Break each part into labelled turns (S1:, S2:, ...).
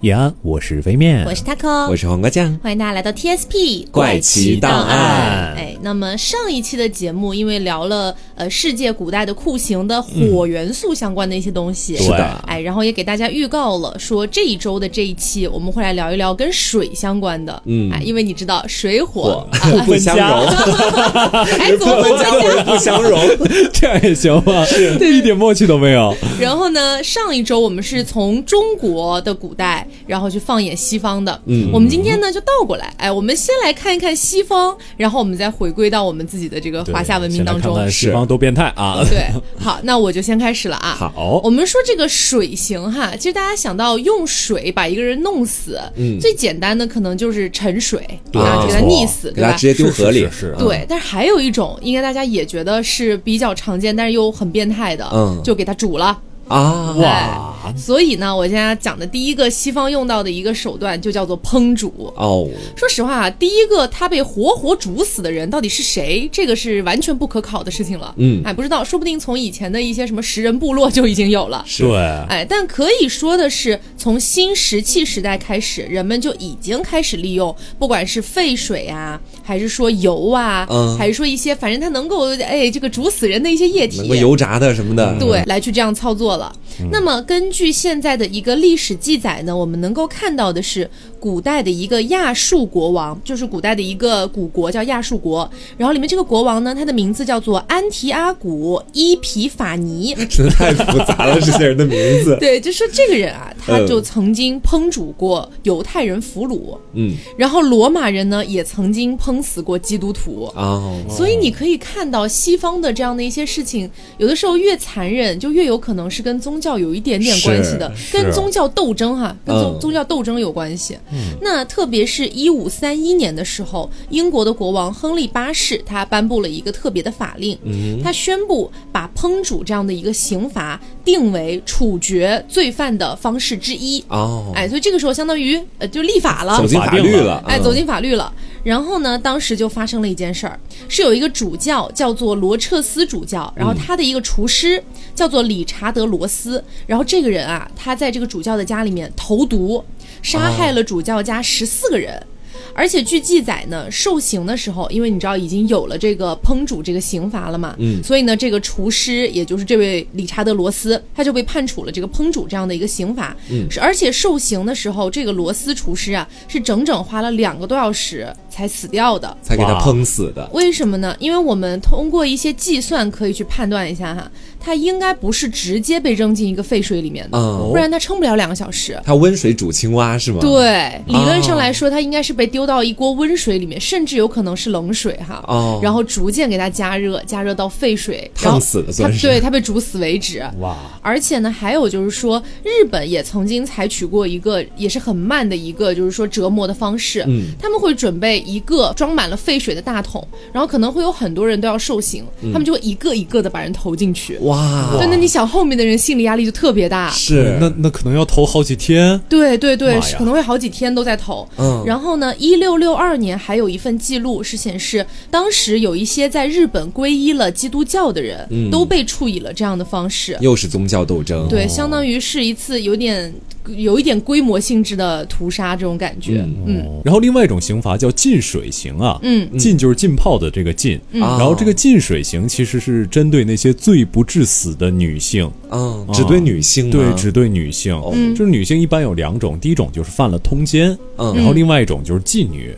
S1: 延安，我是飞面，
S2: 我是 Taco，
S3: 我是黄瓜酱。
S2: 欢迎大家来到 TSP
S3: 怪奇档案
S2: 哎，那么上一期的节目，因为聊了呃世界古代的酷刑的火元素相关的一些东西，
S1: 是的
S2: 哎，然后也给大家预告了，说这一周的这一期我们会来聊一聊跟水相关的，
S3: 嗯
S2: 哎，因为你知道水火，
S3: 互 不 相容，
S2: 哎，怎么
S3: 不
S2: 会
S3: 分
S2: 这
S3: 家
S2: 样
S3: 或？者不相容，
S1: 这样也行吗？是， 一点默契都没有。
S2: 然后呢，上一周我们是从中国的古代，然后去放眼西方的。嗯，我们今天呢就倒过来，哎，我们先来看一看西方，然后我们再回归到我们自己的这个华夏文明当中。
S1: 先来看看西
S3: 是
S1: 方多变态啊！
S2: 对，好，那我就先开始了啊。
S1: 好
S2: 我们说这个水刑哈，其实大家想到用水把一个人弄死，最简单的可能就是沉水，
S1: 嗯对
S2: 啊，给他
S1: 没错
S2: 溺死，
S3: 给
S2: 对
S3: 他
S2: 吧？
S3: 直接丢河里
S1: 是。是是
S2: 对，但是还有一种，应该大家也觉得是比较常见，但是又很变态的，
S3: 嗯
S2: 就给他煮了。
S3: 啊！
S2: 哇！所以呢，我现在讲的第一个西方用到的一个手段就叫做烹煮。
S3: 哦，
S2: 说实话啊，第一个他被活活煮死的人到底是谁，这个是完全不可考的事情了。
S3: 嗯
S2: 哎，不知道，说不定从以前的一些什么食人部落就已经有了。
S1: 对对，
S3: 啊
S2: 哎，但可以说的是，从新石器时代开始，人们就已经开始利用，不管是沸水啊，还是说油啊，
S3: 嗯
S2: 还是说一些反正它能够哎这个煮死人的一些液体，
S3: 能够油炸的什么的，
S2: 对，来去这样操作了。那么根据现在的一个历史记载呢，我们能够看到的是古代的一个亚述国王，就是古代的一个古国叫亚述国，然后里面这个国王呢，他的名字叫做安提阿古伊皮法尼。
S3: 真的太复杂了，这些人的名 字。
S2: 对，就说这个人啊，他
S3: 嗯
S2: 就曾经烹煮过犹太人俘虏，
S3: 嗯，
S2: 然后罗马人呢也曾经烹死过基督徒。
S3: 哦，
S2: 所以你可以看到西方的这样的一些事情，有的时候越残忍，就越有可能是跟宗教有一点点关系的，
S1: 是
S2: 跟宗教斗争哈、跟宗、
S3: 嗯
S2: 宗教斗争有关系。那特别是一五三一年的时候，英国的国王亨利八世他颁布了一个特别的法令，他宣布把烹煮这样的一个刑罚定为处决罪犯的方式之一。
S3: 哦，
S2: 哎，所以这个时候相当于呃就立法了，
S3: 走进法律了，
S2: 哎，
S3: 嗯
S2: 走进法律了。然后呢，当时就发生了一件事儿，是有一个主教叫做罗彻斯主教，
S3: 嗯
S2: 然后他的一个厨师叫做理查德罗斯，然后这个人啊，他在这个主教的家里面投毒，杀
S3: 哦
S2: 害了主教家十四个人。而且据记载呢，受刑的时候，因为你知道已经有了这个烹煮这个刑罚了嘛，嗯，所以呢，这个厨师也就是这位理查德罗斯，他就被判处了这个烹煮这样的一个刑罚，嗯，而且受刑的时候，这个罗斯厨师啊，是整整花了两个多小时才死掉的。
S3: 才给他
S1: 哇
S3: 烹死的。
S2: 为什么呢？因为我们通过一些计算可以去判断一下哈，他应该不是直接被扔进一个沸水里面的，
S3: 嗯
S2: 不然他撑不了两个小时。
S3: 他温水煮青蛙是吗？，
S2: 对，理论上来说，它应该是被丢到一锅温水里面，甚至有可能是冷水哈。
S3: 哦
S2: 然后逐渐给它加热，加热到沸水，
S3: 烫
S2: 然后
S3: 死的
S2: 它
S3: 算是
S2: 对，它被煮死为止。
S1: 哇，
S2: 而且呢，还有就是说，日本也曾经采取过一个也是很慢的一个，就是说折磨的方式。
S3: 嗯，
S2: 他们会准备一个装满了沸水的大桶，然后可能会有很多人都要受刑，他们就会一个一个的把人投进去。
S3: 嗯哇，
S2: 对，那你想后面的人心理压力就特别大。
S3: 是
S1: 那那可能要投好几天。
S2: 对对对
S1: 妈，呀
S2: 可能会好几天都在投。
S3: 嗯
S2: 然后呢，一六六二年还有一份记录是显示，当时有一些在日本皈依了基督教的人，
S3: 嗯
S2: 都被处以了这样的方式。
S3: 又是宗教斗争。
S2: 对，相当于是一次有点有一点规模性质的屠杀这种感觉。嗯
S1: 然后另外一种刑罚叫浸水刑啊，
S2: 嗯，
S1: 浸就是浸泡的这个浸，然后这个浸水刑其实是针对那些罪不至死的女性，
S3: 嗯，哦只对女性吗
S1: 哦对，只对女性，就是女性一般有两种，第一种就是犯了通奸，
S3: 嗯
S1: 然后另外一种就是妓女。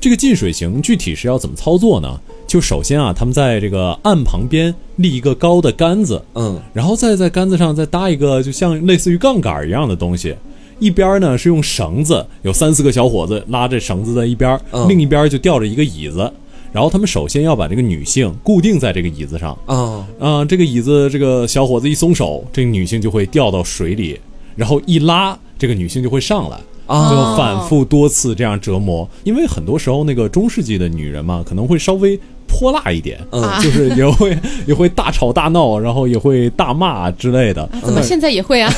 S1: 这个浸水刑具体是要怎么操作呢？就首先啊，他们在这个岸旁边立一个高的杆子，
S3: 嗯，
S1: 然后再在杆子上再搭一个，就像类似于杠杆一样的东西。一边儿呢是用绳子，有三四个小伙子拉着绳子在一边儿，
S3: 嗯
S1: 另一边儿就吊着一个椅子。然后他们首先要把这个女性固定在这个椅子上，
S3: 哦，
S1: 啊、这个椅子，这个小伙子一松手，这个女性就会掉到水里，然后一拉，这个女性就会上来。
S3: 哦
S1: 就反复多次这样折磨，因为很多时候那个中世纪的女人嘛，可能会稍微泼辣一点，
S3: 嗯
S2: 啊
S1: 就是也会 也会大吵大闹，然后也会大骂之类的。
S2: 怎么现在也会 啊？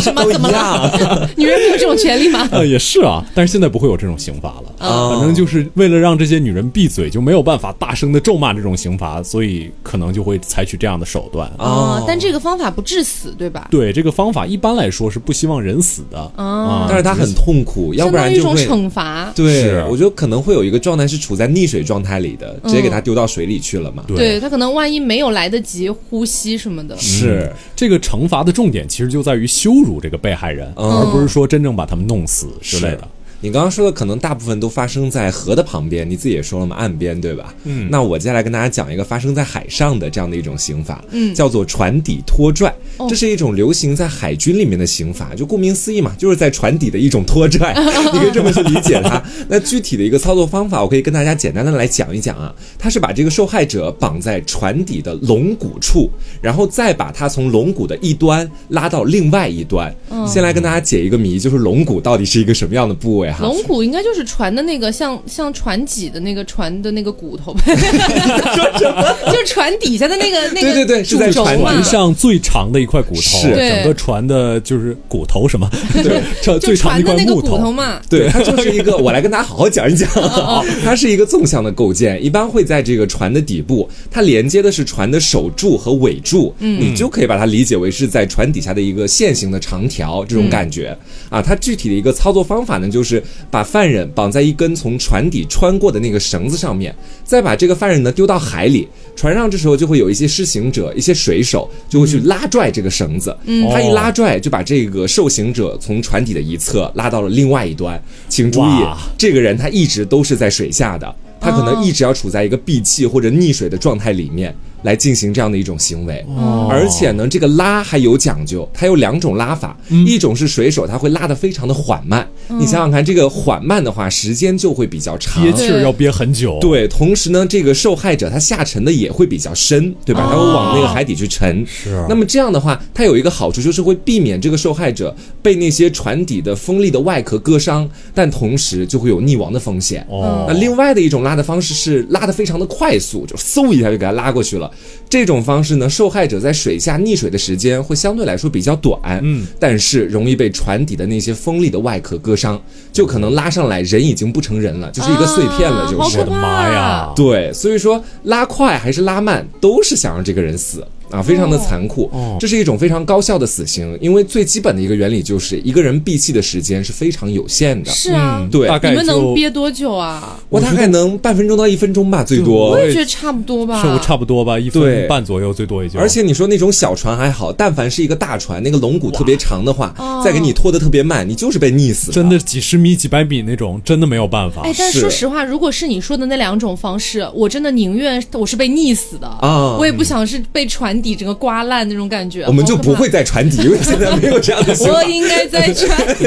S2: 什么
S3: 都
S2: 怎么
S3: 哦一样
S2: 了？女人没有这种权利吗？
S1: 呃，也是啊，但是现在不会有这种刑罚了。
S3: 啊
S1: 反正就是为了让这些女人闭嘴，就没有办法大声的咒骂这种刑罚，所以可能就会采取这样的手段。
S2: 啊
S3: 哦，
S2: 但这个方法不致死，对吧？
S1: 对这个方法，一般来说是不希望人死的
S2: 嗯
S1: 啊，
S3: 但是他
S1: 只
S3: 很 痛苦，要
S2: 相
S3: 不
S2: 当
S3: 然
S2: 于一
S3: 就
S2: 种
S3: 会。
S2: 惩罚。
S3: 对
S1: 是，
S3: 我觉得可能会有一个状态是处在溺水状态里的，
S2: 嗯
S3: 直接给他丢到水里去了嘛。
S1: 对
S2: 他可能万一没有来得及呼吸什么的，
S3: 是，
S1: 这个惩罚的重点其实就在于羞辱这个被害人，
S3: 嗯
S1: 而不是说真正把他们弄死之类的。
S3: 你刚刚说的可能大部分都发生在河的旁边，你自己也说了嘛，岸边对吧？
S1: 嗯
S3: 那我接下来跟大家讲一个发生在海上的这样的一种刑法，
S2: 嗯
S3: 叫做船底拖拽，
S2: 哦
S3: 这是一种流行在海军里面的刑法，就顾名思义嘛，就是在船底的一种拖 拽，你可以这么去理解它。那具体的一个操作方法，我可以跟大家简单的来讲一讲啊，它是把这个受害者绑在船底的龙骨处，然后再把它从龙骨的一端拉到另外一端。
S2: 嗯
S3: 先来跟大家解一个谜，就是龙骨到底是一个什么样的部位哈？
S2: 龙骨应该就是船的那个像像船脊的那个船的那个骨头呗。 说什么？就是船底下的那个那个
S3: 对对对是
S2: 主
S3: 在
S2: 轴
S3: 船
S2: 嘛
S1: 船。上最长的一块骨头，
S3: 是
S2: 对
S1: 整个船的就是骨头什么，
S3: 对，
S1: 这
S2: 就
S1: 最长
S2: 船
S1: 的一块
S2: 的那个
S1: 木
S2: 骨头嘛，
S3: 对，它就是一个，我来跟大家好好讲一讲啊， 它是一个纵向的构建，一般会在这个船的底部，它连接的是船的首柱和尾柱，你就可以把它理解为是在船底下的一个线形的长条这种感觉、啊。它具体的一个操作方法呢，就是把犯人绑在一根从船底穿过的那个绳子上面，再把这个犯人呢丢到海里。船上这时候就会有一些施行者、一些水手就会去拉拽这个绳子，
S1: 嗯
S3: 他一拉拽就把这个受刑者从船底的一侧拉到了另外一端。请注意
S1: 哇，啊
S3: 这个人他一直都是在水下的，他可能一直要处在一个闭气或者溺水的状态里面来进行这样的一种行为。
S1: 哦
S3: 而且呢，这个拉还有讲究，它有两种拉法，
S1: 嗯
S3: 一种是水手，他会拉得非常的缓慢。你想想看，这个缓慢的话，时间就会比较长，
S1: 憋气儿要憋很久。，
S3: 对，同时呢，这个受害者他下沉的也会比较深，对吧？他会往那个海底去沉。
S1: 哦是啊
S3: 那么这样的话，它有一个好处就是会避免这个受害者被那些船底的锋利的外壳割伤，但同时就会有溺亡的风险。
S1: 哦，
S3: 那
S2: 嗯
S3: 另外的一种拉的方式是拉的非常的快速，就嗖一下就给它拉过去了。这种方式呢，受害者在水下溺水的时间会相对来说比较短，
S1: 嗯，
S3: 但是容易被船底的那些锋利的外壳割伤，就可能拉上来人已经不成人了，就是一个碎片了，就
S2: 啊好
S3: 是。
S2: 可
S1: 我的妈呀！
S3: 对，所以说拉快还是拉慢，都是想让这个人死啊，非常的残酷。
S1: 哦
S3: 这是一种非常高效的死刑，因为最基本的一个原理就是一个人闭气的时间是非常有限的。
S2: 是啊
S1: 嗯，
S3: 对
S1: 大概
S2: 你们能
S1: 就
S2: 憋多久啊？
S3: 我大概能半分钟到一分钟吧，最多
S2: 我。
S1: 对
S2: 也觉得差不多吧
S1: 是，不差不多吧，一分
S3: 对
S1: 半左右最多也就。
S3: 而且你说那种小船还好，但凡是一个大船，那个龙骨特别长的话
S2: 哦，
S3: 再给你拖得特别慢，你就是被溺死
S1: 真的几十米、几百米那种，真的没有办法。
S2: 哎，但是说
S3: 是
S2: 实话，如果是你说的那两种方式，我真的宁愿我是被溺死的
S3: 啊
S2: 我也不想是被船底整个刮烂那种感觉。
S3: 我们就
S2: 好可
S3: 不
S2: 怕
S3: 会。再船底，因为现在没有这样的刑法
S2: 我，应该在船 底，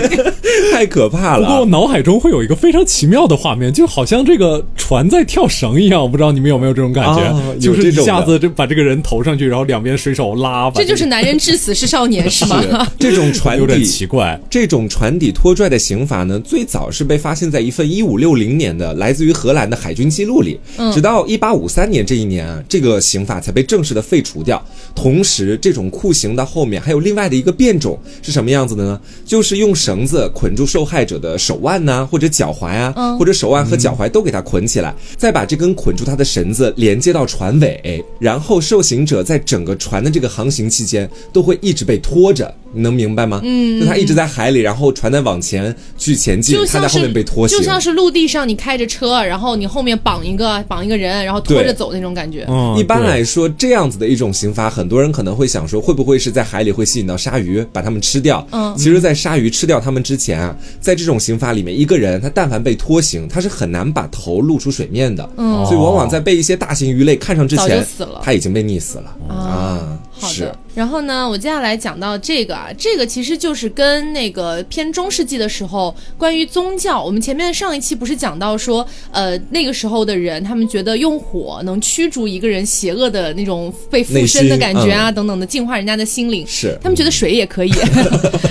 S3: 太可怕
S1: 不过我
S3: 了。
S1: 脑海中会有一个非常奇妙的画面，就好像这个船在跳绳一样，我不知道你们有没有这种感觉，
S3: 啊
S1: 就
S3: 有
S1: 是一
S3: 这种
S1: 下
S3: 的
S1: 子就把这个人投上去，然后两边水手拉，把
S2: 这就是
S1: 个
S2: 男人至死是少年，是吗？
S3: 是这种船
S1: 有点
S3: 底
S1: 奇怪。
S3: 这种船底拖拽的刑法呢，最早是被发现在一份一五六零年的来自于荷兰的海军记录里，直到一八五三年这一年啊，这个刑法才被正式的废除掉。同时，这种酷刑到后面还有另外的一个变种是什么样子的呢？就是用绳子捆住受害者的手腕呐、或者脚踝啊，
S2: 嗯
S3: 或者手腕和脚踝都给它捆起来，再把这根捆住它的绳子连接到船尾，然后受刑者在整个船的这个航行期间都会一直被拖着，你能明白吗？嗯，就他一直在海里，然后船在往前去前进
S2: 就，
S3: 他在
S2: 像
S3: 后面
S2: 是
S3: 被拖行
S2: 就。像是陆地上你开着车，然后你后面绑一个绑一个人，然后拖着走那种感觉。
S1: 嗯，
S3: 一般
S1: 对
S3: 来说，这样子的一种刑罚，很多人可能会想说，会不会是在海里会吸引到鲨鱼，把它们吃掉？
S2: 嗯
S3: 其实，在鲨鱼吃掉它们之前啊，在这种刑罚里面，一个人他但凡被拖行，他是很难把头露出水面的。
S2: 嗯
S3: 所以往往在被一些大型鱼类看上之
S2: 早就
S3: 前
S2: 死了，
S3: 他已经被溺死了
S2: 啊
S3: 啊。
S2: 好
S3: 是
S2: 的。然后呢，我接下来讲到这个啊，这个其实就是跟那个偏中世纪的时候，关于宗教，我们前面上一期不是讲到说，呃，那个时候的人，他们觉得用火能驱逐一个人邪恶的那种被附身的感觉啊，等等的，净化人家的心灵。
S3: 是
S2: 他们觉得水也可 以，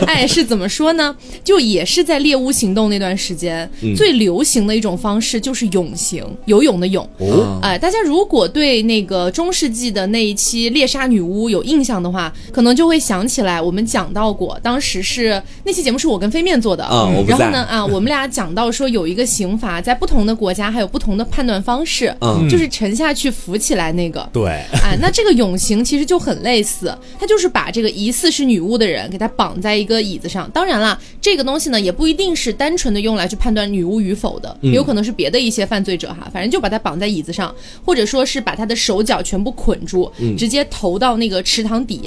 S2: 哎，是怎么说呢？就也是在猎巫行动那段时间，
S3: 嗯
S2: 最流行的一种方式就是泳行，游泳的泳。
S1: 哦，
S2: 哎，大家如果对那个中世纪的那一期猎杀女巫有印象的话，可能就会想起来我们讲到过，当时是那期节目是我跟飞面做的
S3: 啊我不
S2: 然后
S3: 在
S2: 呢啊，我们俩讲到说有一个刑罚，在不同的国家还有不同的判断方式，
S3: 嗯
S2: 就是沉下去浮起来那个。
S1: 对，
S2: 哎，那这个泳刑其实就很类似，它就是把这个疑似是女巫的人给她绑在一个椅子上。当然啦，这个东西呢也不一定是单纯的用来去判断女巫与否的，
S3: 嗯
S2: 也有可能是别的一些犯罪者哈，反正就把她绑在椅子上，或者说是把她的手脚全部捆住，
S3: 嗯
S2: 直接投到那个池塘底。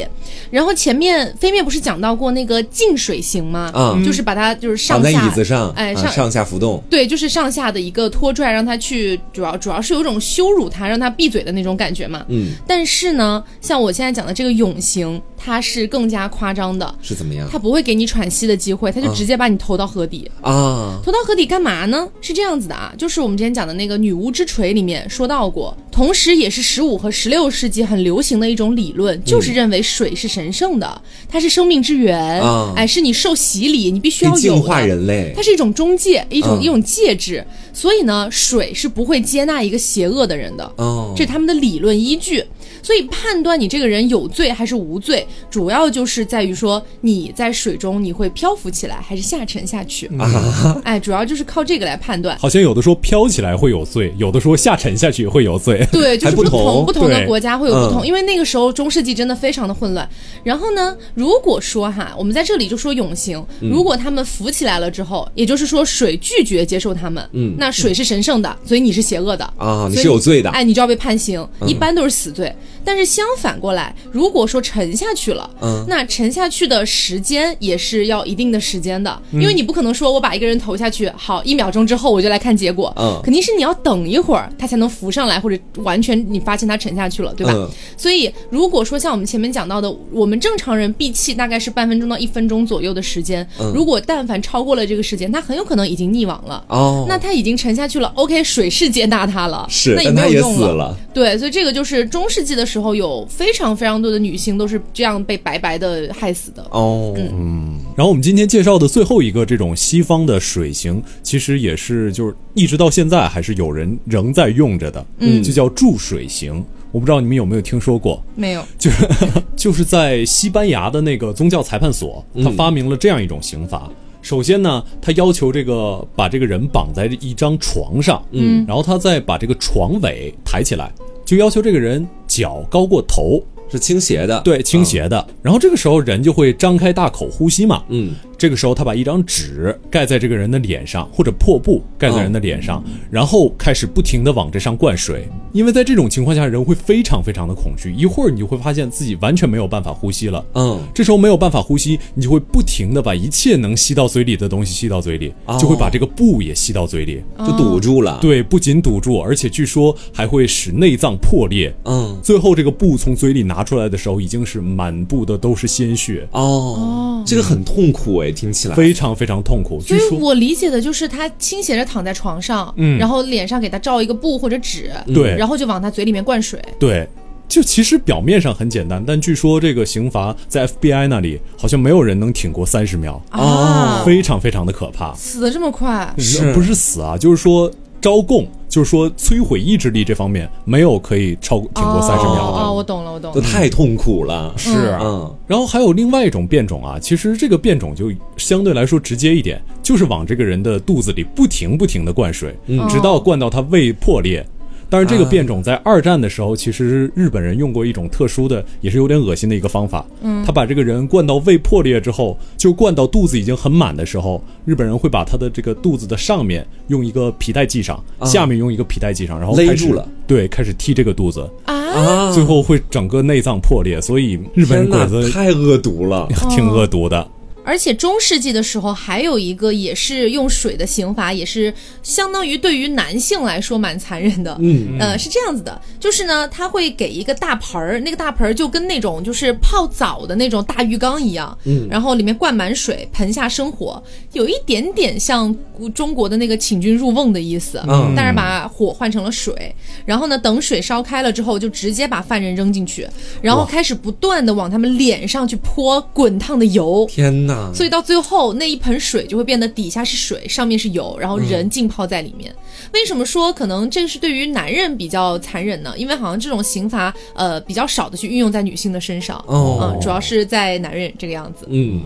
S2: 然后前面飞面不是讲到过那个浸水刑吗？
S3: 嗯
S2: 就是把她就是上
S3: 绑在
S2: 下
S3: 椅子上，
S2: 哎
S3: 啊
S2: 上
S3: 上下浮动，
S2: 对，就是上下的一个拖拽，让他去，主要主要是有种羞辱他，让他闭嘴的那种感觉嘛。
S3: 嗯，
S2: 但是呢，像我现在讲的这个泳行，它是更加夸张的，
S3: 是怎么样
S2: 它不会给你喘息的机会，
S3: 嗯
S2: 它就直接把你投到河底。
S3: 啊？
S2: 投到河底干嘛呢？是这样子的啊，就是我们之前讲的那个《女巫之锤》里面说到过，同时也是十五和十六世纪很流行的一种理论，
S3: 嗯
S2: 就是认为水是神圣的，它是生命之源，
S3: 啊
S2: 哎，是你受洗礼，你必须
S3: 可以
S2: 要有
S3: 净化
S2: 的
S3: 人类
S2: 它是一种中介，一种、
S3: 嗯
S2: 一种介质，所以呢，水是不会接纳一个邪恶的人的，
S3: 哦
S2: 这是他们的理论依据。所以判断你这个人有罪还是无罪，主要就是在于说你在水中你会漂浮起来还是下沉下去，
S3: 啊
S2: 哎，主要就是靠这个来判断。
S1: 好像有的说飘起来会有罪，有的说下沉下去会有罪。
S2: 对，就
S3: 还
S2: 是
S3: 不
S2: 不同
S3: 同
S2: 不同的
S1: 对
S2: 国家会有不同，
S3: 嗯
S2: 因为那个时候中世纪真的非常的混乱。然后呢，如果说哈，我们在这里就说永行，
S3: 嗯
S2: 如果他们浮起来了之后，也就是说水拒绝接受他们，嗯，那水是神圣的，所以你是邪恶的
S3: 啊你
S2: 所以
S3: 是有罪的嗯
S2: 哎，你就要被判刑，一般都是死罪。但是相反过来，如果说沉下去了，
S3: 嗯
S2: 那沉下去的时间也是要一定的时间的，
S3: 嗯
S2: 因为你不可能说我把一个人投下去，好一秒钟之后我就来看结果，
S3: 嗯
S2: 肯定是你要等一会儿，它才能浮上来，或者完全你发现它沉下去了，对吧？
S3: 嗯
S2: 所以如果说像我们前面讲到的，我们正常人闭气大概是半分钟到一分钟左右的时间，如果但凡超过了这个时间，他很有可能已经溺亡了。
S3: 哦，
S2: 那他已经沉下去了，OK，水是接纳他了，
S3: 是，
S2: 那也
S3: 但
S2: 没
S3: 他
S2: 有
S3: 也
S2: 用
S3: 死了。
S2: 对，所以这个就是中世纪的时候，有非常非常多的女性都是这样被白白的害死的。
S3: 哦，
S2: 嗯
S1: 然后我们今天介绍的最后一个这种西方的水形，其实也是就是一直到现在还是有人仍在用着的，嗯，就叫注水形。我不知道你们有没有听说过，
S2: 没有，
S1: 就是 就是在西班牙的那个宗教裁判所，他发明了这样一种刑罚。首先呢，他要求这个把这个人绑在一张床上，嗯，然后他再把这个床尾抬起来，就要求这个人脚高过头，
S3: 是倾斜的，
S1: 对，倾斜的。然后这个时候人就会张开大口呼吸嘛，
S3: 嗯，
S1: 这个时候他把一张纸盖在这个人的脸上，或者破布盖在人的脸上，然后开始不停的往这上灌水。因为在这种情况下，人会非常非常的恐惧，一会儿你就会发现自己完全没有办法呼吸了。
S3: 嗯，
S1: 这时候没有办法呼吸，你就会不停的把一切能吸到嘴里的东西吸到嘴里，就会把这个布也吸到嘴里。
S2: 哦
S3: 嗯，就堵住了，，
S1: 对，不仅堵住，而且据说还会使内脏破裂。
S3: 嗯，
S1: 最后这个布从嘴里拿出来的时候，已经是满布的都是鲜血，
S3: 哦，这个很痛苦哎，听起来，
S1: 非常非常痛苦。据
S2: 所以
S1: 说，
S2: 我理解的就是她倾斜着躺在床上，嗯然后脸上给她罩一个布或者纸，
S1: 对
S2: 然后就往她嘴里面灌水。
S1: 对，就其实表面上很简单，但据说这个刑罚在 FBI 那里好像没有人能挺过三十秒，
S2: 啊，
S1: 非常非常的可怕。
S2: 死的这么快，
S3: 是
S1: 不是死啊？就是说招供，就是说摧毁意志力这方面没有可以超挺过三十秒的。
S2: 哦，哦我懂了，我懂
S3: 都
S2: 了。
S3: 太痛苦了，
S1: 是
S3: 嗯，
S1: 然后还有另外一种变种啊，其实这个变种就相对来说直接一点，就是往这个人的肚子里不停不停的灌水，
S3: 嗯
S1: 直到灌到他胃破裂。当然，这个变种在二战的时候，其实日本人用过一种特殊的，也是有点恶心的一个方法。嗯，他把这个人灌到胃破裂之后，就灌到肚子已经很满的时候，日本人会把他的这个肚子的上面用一个皮带系上，下面用一个皮带系上，然后
S3: 啊勒
S1: 开始
S3: 住了，
S1: 对，开始踢这个肚子，
S2: 啊，
S3: 啊，
S1: 最后会整个内脏破裂。所以日本
S3: 天
S1: 人鬼
S3: 哪
S1: 子，
S3: 太恶毒了，
S1: 挺恶毒的。
S2: 而且中世纪的时候还有一个也是用水的刑罚，也是相当于对于男性来说蛮残忍的。
S3: 嗯，
S2: 呃，是这样子的，就是呢，他会给一个大盆儿，那个大盆儿就跟那种就是泡澡的那种大浴缸一样，嗯，然后里面灌满水，盆下生火，有一点点像古中国的那个请君入瓮的意思，
S3: 嗯
S2: 但是把火换成了水，然后呢，等水烧开了之后，就直接把犯人扔进去，然后开始不断的往他们脸上去泼滚烫的油，
S3: 天哪！
S2: 所以到最后那一盆水就会变得底下是水，上面是油，然后人浸泡在里面。为什么说可能这个是对于男人比较残忍呢？因为好像这种刑罚呃比较少的去运用在女性的身上，
S3: 哦
S2: 嗯，主要是在男人这个样子。
S3: 嗯，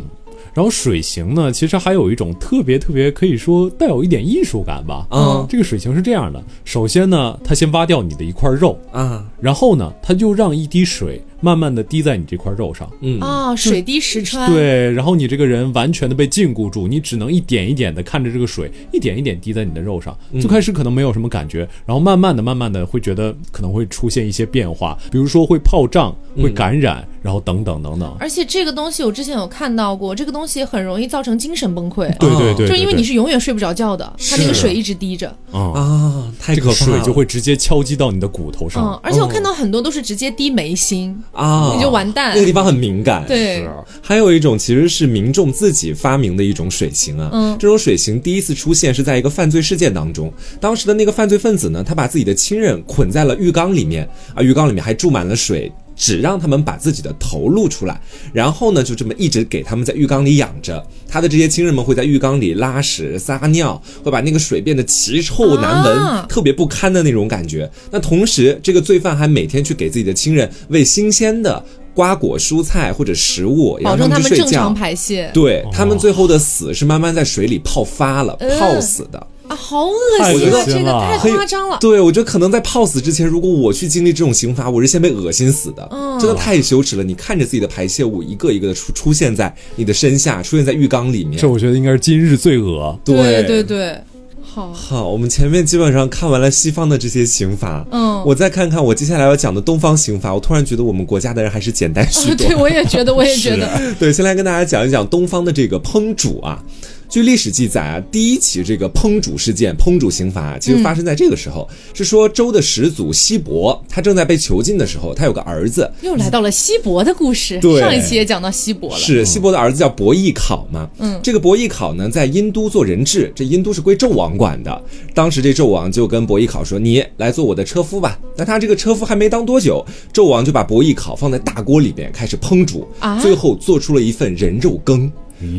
S1: 然后水刑呢，其实还有一种特别特别可以说带有一点艺术感吧。
S3: 嗯
S1: 这个水刑是这样的：首先呢，他先挖掉你的一块肉，
S3: 啊，
S1: 然后呢，他就让一滴水慢慢的滴在你这块肉上。
S3: 嗯
S2: 啊、水滴石穿，
S1: 对，然后你这个人完全的被禁锢住，你只能一点一点的看着这个水，一点一点滴在你的肉上。
S3: 嗯
S1: 最开始可能没有什么感觉，然后慢慢的、慢慢的会觉得可能会出现一些变化，比如说会泡胀、会感染，然后等等等等。
S2: 而且这个东西我之前有看到过，这个东西很容易造成精神崩溃，
S1: 对对对，
S2: 就因为
S1: 对
S2: 你是永远睡不着觉的，它那个
S3: 是
S2: 水一直滴着。
S1: 嗯
S3: 啊，太
S1: 这
S3: 可
S1: 个
S3: 怕了
S1: 水就会直接敲击到你的骨头
S2: 嗯
S1: 上，。
S2: 而且我看到很多都是直接滴眉心，
S3: 哦啊，
S2: 你就完蛋
S3: 那个地啊方很敏感，
S2: 对是。
S3: 还有一种其实是民众自己发明的一种水刑啊，
S2: 嗯
S3: 这种水刑第一次出现是在一个犯罪事件当中，当时的那个犯罪分子呢，他把自己的亲人捆在了浴缸里面啊，浴缸里面还注满了水。只让他们把自己的头露出来，然后呢，就这么一直给他们在浴缸里养着。他的这些亲人们会在浴缸里拉屎、撒尿，会把那个水变得奇臭难闻，
S2: 啊
S3: 特别不堪的那种感觉。那同时，这个罪犯还每天去给自己的亲人喂新鲜的瓜果、蔬菜或者食物，也
S2: 保证
S3: 让们
S2: 们
S3: 去睡
S2: 正常
S3: 觉。
S2: 排泄。
S3: 对他们最后的死是慢慢在水里泡发了、
S2: 呃
S3: 泡死的。
S2: 啊，好恶
S1: 太
S2: 心啊！
S1: 恶心
S2: 这个
S1: 了
S2: 太夸张了。
S3: 对，我觉得可能在泡死之前，如果我去经历这种刑罚，我是先被恶心死的，
S2: 嗯
S3: 真的太羞耻了。你看着自己的排泄物一个一个的出出现在你的身下，出现在浴缸里面
S1: 这。我觉得应该是今日罪恶。
S2: 对对对，好，
S3: 好，我们前面基本上看完了西方的这些刑罚，
S2: 嗯
S3: 我再看看我接下来要讲的东方刑罚，我突然觉得我们国家的人还是简单许 多。
S2: 对我也觉得，我也觉得，
S3: 对，先来跟大家讲一讲东方的这个烹煮啊。据历史记载啊，第一起这个烹煮事件、烹煮刑罚啊，其实发生在这个时候，是说周的始祖西伯，他正在被囚禁的时候，他有个儿子，
S2: 又来到了西伯的故事。
S3: 对
S2: 上一期也讲到西伯了。
S3: 是西伯的儿子叫伯邑考嘛？嗯，这个伯邑考呢，在殷都做人质，这殷都是归纣王管的。当时这纣王就跟伯邑考说：“你来做我的车夫吧。”那他这个车夫还没当多久，纣王就把伯邑考放在大锅里边开始烹煮，
S2: 啊
S3: 最后做出了一份人肉羹。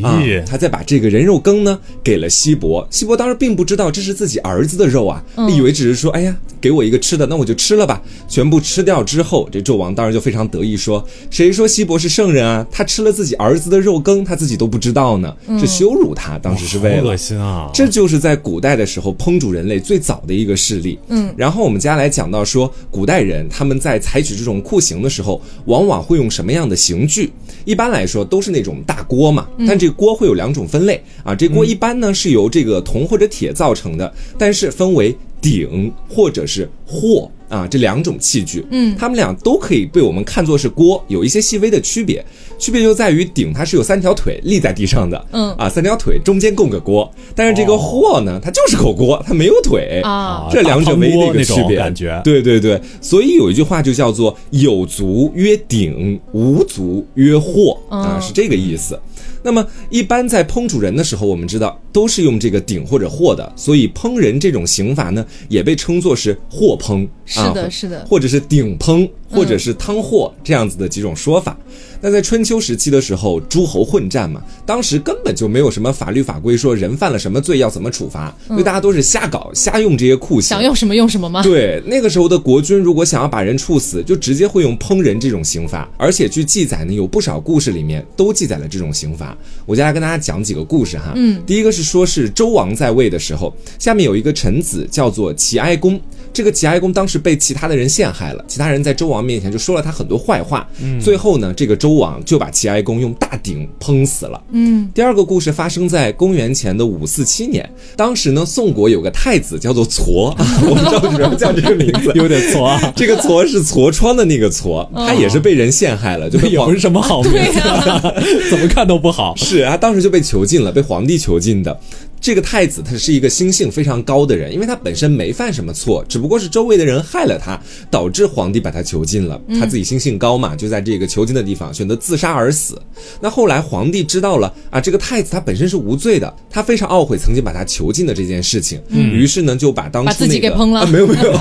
S3: 啊
S1: 咦，
S3: 他再把这个人肉羹呢给了西伯，西伯当时并不知道这是自己儿子的肉啊，以为只是说，哎呀，给我一个吃的，那我就吃了吧。全部吃掉之后，这纣王当然就非常得意说，谁说西伯是圣人啊？他吃了自己儿子的肉羹，他自己都不知道呢，这羞辱他，当时是为
S1: 好
S3: 了
S1: 恶。心啊！
S3: 这就是在古代的时候烹煮人类最早的一个事例。嗯，然后我们接下来讲到说，古代人他们在采取这种酷刑的时候，往往会用什么样的刑具？一般来说都是那种大锅嘛，但这个锅会有两种分类啊。这锅一般呢是由这个铜或者铁造成的，但是分为鼎或者是镬啊这两种器具，嗯，它们俩都可以被我们看作是锅，有一些细微的区别。区别就在于鼎它是有三条腿立在地上的，
S2: 嗯
S3: 啊，三条腿中间供个锅，但是这个
S1: 哦
S3: 镬呢，它就是口锅，它没有腿
S2: 啊
S3: 这两者唯一的一个区
S1: 大汤锅那
S3: 别，
S1: 种感觉，
S3: 对对对，所以有一句话就叫做“有足曰鼎，无足曰祸”啊，
S2: 嗯
S3: 是这个意思。那么，一般在烹煮人的时候，我们知道都是用这个鼎或者镬的，所以烹人这种刑法呢，也被称作是镬烹，
S2: 是
S3: 啊
S2: 的是的
S3: 或者是鼎烹，或者是汤镬这样子的几种说法。那在春秋时期的时候，诸侯混战嘛，当时根本就没有什么法律法规说人犯了什么罪要怎么处罚，所以大家都是瞎搞、瞎用这些酷刑
S2: 想。用什么用什么吗？
S3: 对，那个时候的国君如果想要把人处死，就直接会用烹人这种刑罚。而且据记载呢，有不少故事里面都记载了这种刑罚。我接下来跟大家讲几个故事哈。嗯，第一个是说是周王在位的时候，下面有一个臣子叫做齐哀公。这个齐哀公当时被其他的人陷害了，其他人在周王面前就说了他很多坏话。最后呢，这个周王就把齐哀公用大鼎烹死了。
S2: 嗯，
S3: 第二个故事发生在公元前的五四七年，当时呢，宋国有个太子叫做痤， 我不知道为什么要叫这个名字
S1: 有点嗯错啊，
S3: 这个痤是痤疮的那个痤，他也是被人陷害了，就被
S1: 也
S3: 皇
S1: 不是什么好名
S2: 对
S1: 字，
S2: 呀、
S3: 啊
S1: 怎么看都不好。
S3: 是他当时就被囚禁了，被皇帝囚禁的。这个太子他是一个心性非常高的人，因为他本身没犯什么错，只不过是周围的人害了他，导致皇帝把他囚禁了。
S2: 嗯
S3: 他自己心性高嘛，就在这个囚禁的地方选择自杀而死。那后来皇帝知道了啊，这个太子他本身是无罪的，他非常懊悔曾经把他囚禁的这件事情，于是呢就把当初、那
S2: 嗯把
S3: 个、
S2: 自己给烹了
S3: 啊， 没有没有，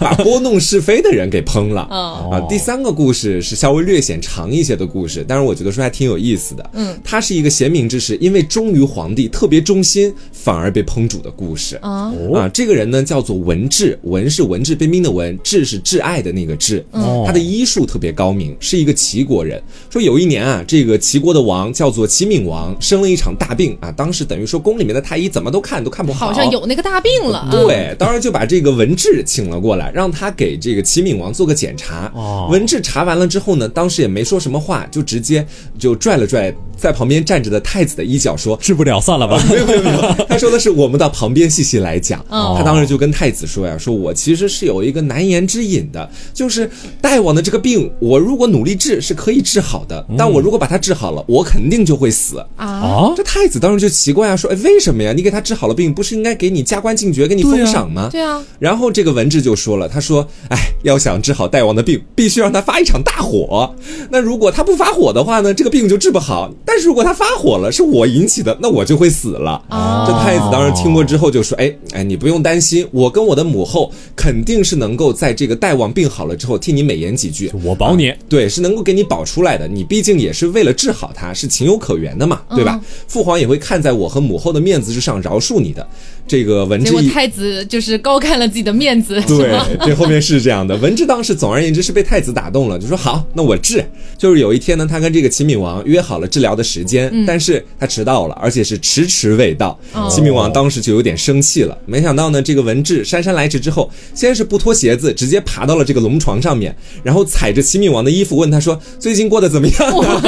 S3: 把拨弄是非的人给烹了。
S2: 哦
S3: 啊，第三个故事是稍微略显长一些的故事，但是我觉得说还挺有意思的。
S2: 嗯，
S3: 它是一个贤明之士，因为忠于皇帝，特别忠心，反而被烹煮的故事。
S2: 啊，
S1: 哦
S3: 啊，这个人呢叫做文治，文是文质彬彬的文，治是挚爱的那个治。
S2: 嗯
S1: 哦
S3: 他的医术特别高明，是一个齐国人。说有一年啊，这个齐国的王叫做齐闵王，生了一场大病啊，当时等于说宫里面的太医怎么都看都看不
S2: 好像有那个大病了
S1: 嗯
S2: 啊。
S3: 对，当然就把这个文治请了过来，让他给这个齐闵王做个检查。
S1: 哦
S3: 文治查完了之后呢，当时也没说什么话，就直接就拽了拽在旁边站着的太子的衣角说。
S1: 治不了，算了吧。
S3: 没有没有没有，他说的是我们到旁边细细来讲。
S2: 哦
S3: 他当时就跟太子说呀，说我其实是有一个难言之隐的，就是大王的这个病，我如果努力治是可以治好的，
S1: 嗯
S3: 但我如果把它治好了，我肯定就会死。
S2: 啊，
S1: 啊，
S3: 这太子当时就奇怪啊，说：“哎，为什么呀？你给他治好了病，不是应该给你加官进爵，给你
S1: 对啊
S3: 封赏吗？”
S2: 对啊，
S3: 然后这个文治就说了，他说：“哎，要想治好大王的病，必须让他发一场大火。那如果他不发火的话呢，这个病就治不好；但是如果他发火了，是我引起的，那我就会死了。
S2: 哦
S3: 这太子当时听过之后就说：“哎哎，你不用担心，我跟我的母后肯定是能够在这个大王病好了之后哎替你美言几句。”
S1: 我保你。
S3: 对，是能够给你保出来的。你毕竟也是为了治好他，是情有可原的嘛，对
S2: 嗯
S3: 吧？父皇也会看在我和母后的面子之上饶恕你的。这个文
S2: 结
S3: 治
S2: 果
S3: 一。
S2: 太子就是高看了自己的面子，
S3: 对，这后面是这样的。文治当时总而言之是被太子打动了，就说好，那我治。就是有一天呢，他跟这个齐闵王约好了治疗的时间，但是他迟到了，而且是迟迟未到。齐闵王当时就有点生气了。没想到呢，这个文治姗姗来迟之后，先是不脱鞋子，直接爬到了这个龙床上面，然后踩着齐闵王的衣服问他说：“最近过得怎么样啊？”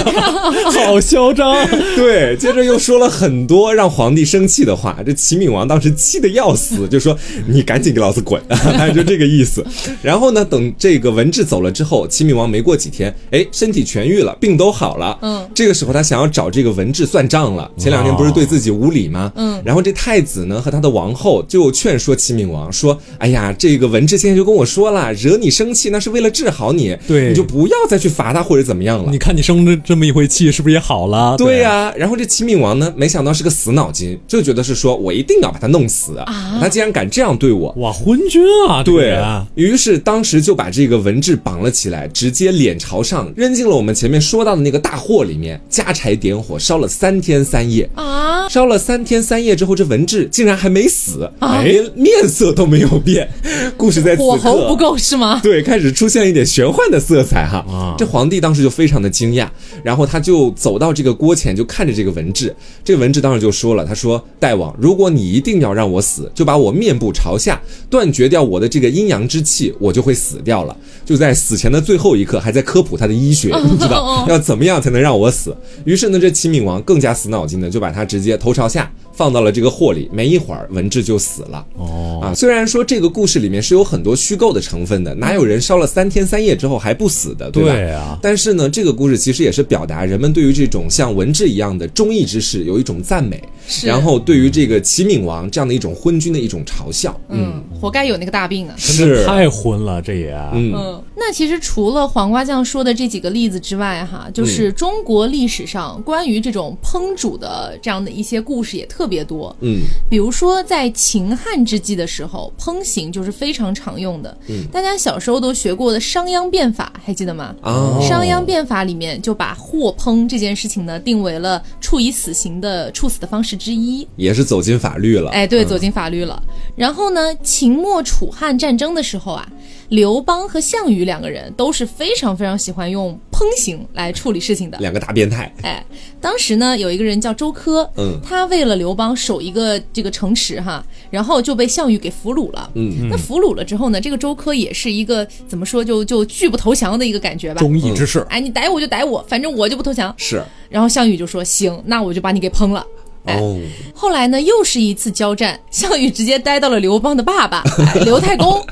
S1: 好嚣张！
S3: 对，接着又说了很多让皇帝生气的话。这齐闵王当时气得要死，就说：“你赶紧给老子滚！” 大概就这个意思。然后呢，等这个文治走了之后，齐闵王没过几天，哎，身体痊愈了，病都好了。
S2: 嗯，
S3: 这个时候他想要找这个文治算账了。前两天不是对自己无礼吗？
S2: 嗯，
S3: 然后这太子呢和他的王后就劝说齐闵王说：“哎呀，这个文治现在就跟我说了，惹你生气那是为了治好你，
S1: 对
S3: 你就不要再去罚他或者怎么样了。”
S1: 你看你生了这么一回气，是不是也好
S2: 啊
S1: 了？
S3: 对呀、然后这齐闵王呢，没想到是个死脑筋，就觉得是说我一定要把他弄死
S2: 啊
S3: 他竟然敢这样对我。
S1: 哇，昏君啊，这个
S3: 对
S1: 人啊，
S3: 于是，当时就把这个文治绑了起来，直接脸朝上扔进了我们前面说到的那个大货里面，加柴点火烧了三天三夜。
S2: 啊，
S3: 烧了三天三夜之后，这文治竟然还没死，
S1: 啊
S3: 连面色都没有变。故事在此刻
S2: 火候不够是吗？
S3: 对，开始出现了一点玄幻的色彩哈。
S1: 啊
S3: 这皇帝当时就非常的惊讶，然后他就走到这个锅前，就看着这个文治。这文治当时就说了，他说：“大王，如果你一定要让我死，就把我面部朝下，断绝掉我的这个阴阳之气，我就会死掉了。”就在死前的最后一刻，还在科普他的医学，你知道要怎么样才能让我死。于是呢，这齐闵王更加死脑筋的，就把他直接头朝下放到了这个货里。没一会儿，文治就死了。
S1: 哦，
S3: 啊，虽然说这个故事里面是有很多虚构的成分的，哪有人烧了三天三夜之后还不死的，吧？
S1: 对啊
S3: 但是呢，这个故事其实也是表达人们对于这种像文治一样的忠义之士有一种赞美，
S2: 是
S3: 然后对于这个齐闵王这样的一种昏君的一种嘲笑。
S2: 嗯，活该有那个大病啊。
S1: 真的
S3: 是，
S1: 太昏了，这也。
S3: 嗯，
S2: 嗯，那其实除了黄瓜酱说的这几个例子之外，哈，就是中国历史上关于这种烹煮的这样的一些故事也特别多。
S3: 嗯，
S2: 比如说在秦汉之际的时候，烹刑就是非常常用的。嗯，大家小时候都学过的商鞅变法，还记得吗？
S3: 啊
S2: 商鞅变法里面就把获烹这件事情呢定为了处以死刑的处死的方式之一。
S3: 也是走进
S2: 哎
S3: 法律了。嗯
S2: 哎，对，走进法律了。然后呢，秦末楚汉战争的时候啊，刘邦和项羽两个人都是非常非常喜欢用烹刑来处理事情的。
S3: 两个大变态，
S2: 哎，当时呢，有一个人叫周苛，
S3: 嗯
S2: 他为了刘邦守一个这个城池哈，然后就被项羽给俘虏了。
S3: 嗯，
S2: 那俘虏了之后呢，这个周苛也是一个怎么说就就拒不投降的一个感觉吧。
S1: 忠义之士，
S2: 哎，你逮我就逮我，反正我就不投降。
S3: 是
S2: 然后项羽就说：“行，那我就把你给烹了。”哎
S3: 哦，
S2: 后来呢，又是一次交战，项羽直接逮到了刘邦的爸爸、哎刘太公，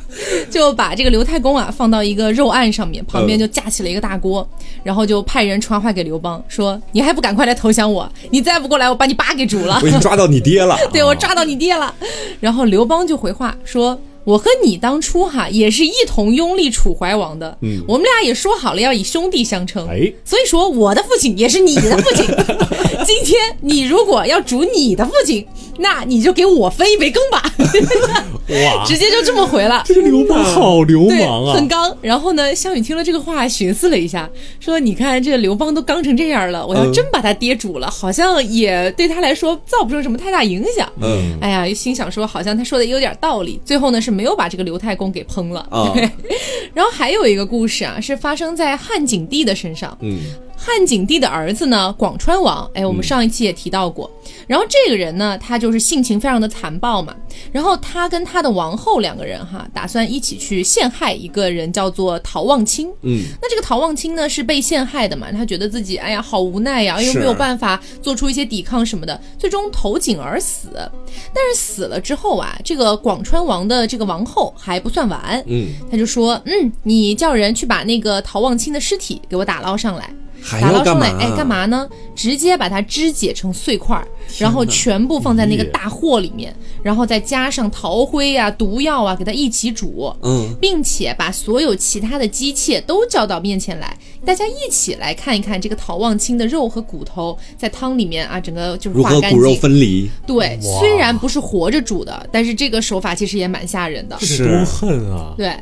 S2: 就把这个刘太公啊放到一个肉案上面，旁边就架起了一个大锅，然后就派人传话给刘邦说：“你还不赶快来投降我？你再不过来，我把你爸给煮了
S3: 我。已经抓到你爹了，
S2: 对我抓到你爹了。”然后刘邦就回话说。我和你当初哈也是一同拥立楚怀王的，嗯，我们俩也说好了要以兄弟相称，
S1: 哎
S2: 所以说我的父亲也是你的父 亲。今天你如果要煮你的父亲，那你就给我分一杯羹吧。
S1: 哇，
S2: 直接就这么回了。
S1: 这个刘邦好流
S2: 对
S1: 氓，
S2: 很
S1: 啊！
S2: 刚。然后呢，项羽听了这个话，寻思了一下，说：“你看这刘邦都刚成这样了，我
S1: 嗯
S2: 要真把他爹煮了，好像也对他来说造不成什么太大影响。”
S3: 嗯，
S2: 哎呀，心想说好像他说的也有点道理。最后呢，是没有把这个刘太公给烹了。
S3: 啊
S2: 对。 然后还有一个故事啊，是发生在汉景帝的身上。
S3: 嗯，
S2: 汉景帝的儿子呢，广川王，哎，我们上一期也提到过。然后这个人呢，他就是性情非常的残暴嘛。然后他跟他的王后两个人哈，打算一起去陷害一个人，叫做陶望卿。
S3: 嗯，
S2: 那这个陶望卿呢是被陷害的嘛？他觉得自己哎呀好无奈呀，又
S3: 是啊
S2: 没有办法做出一些抵抗什么的，最终投井而死。但是死了之后啊，这个广川王的这个王后还不算完，
S3: 嗯，
S2: 他就说，嗯，你叫人去把那个陶望卿的尸体给我打捞上来。
S3: 还
S2: 打
S3: 要
S2: 捞
S3: 干
S2: 上
S3: 嘛？
S2: 来，哎，干？嘛呢？直接把它肢解成碎块儿，然后全部放在那个
S1: 耶
S2: 大货里面，然后再加上陶灰啊、毒药啊，给它一起煮，
S3: 嗯，
S2: 并且把所有其他的机械都叫到面前来，大家一起来看一看这个陶望清的肉和骨头在汤里面啊，整个就是
S3: 如
S2: 化
S3: 何
S2: 干
S3: 骨肉
S2: 净。
S3: 分离？
S2: 对，
S1: 哇
S2: 虽然不是活着煮的，但是这个手法其实也蛮吓人的。
S1: 这得多恨啊！
S2: 对，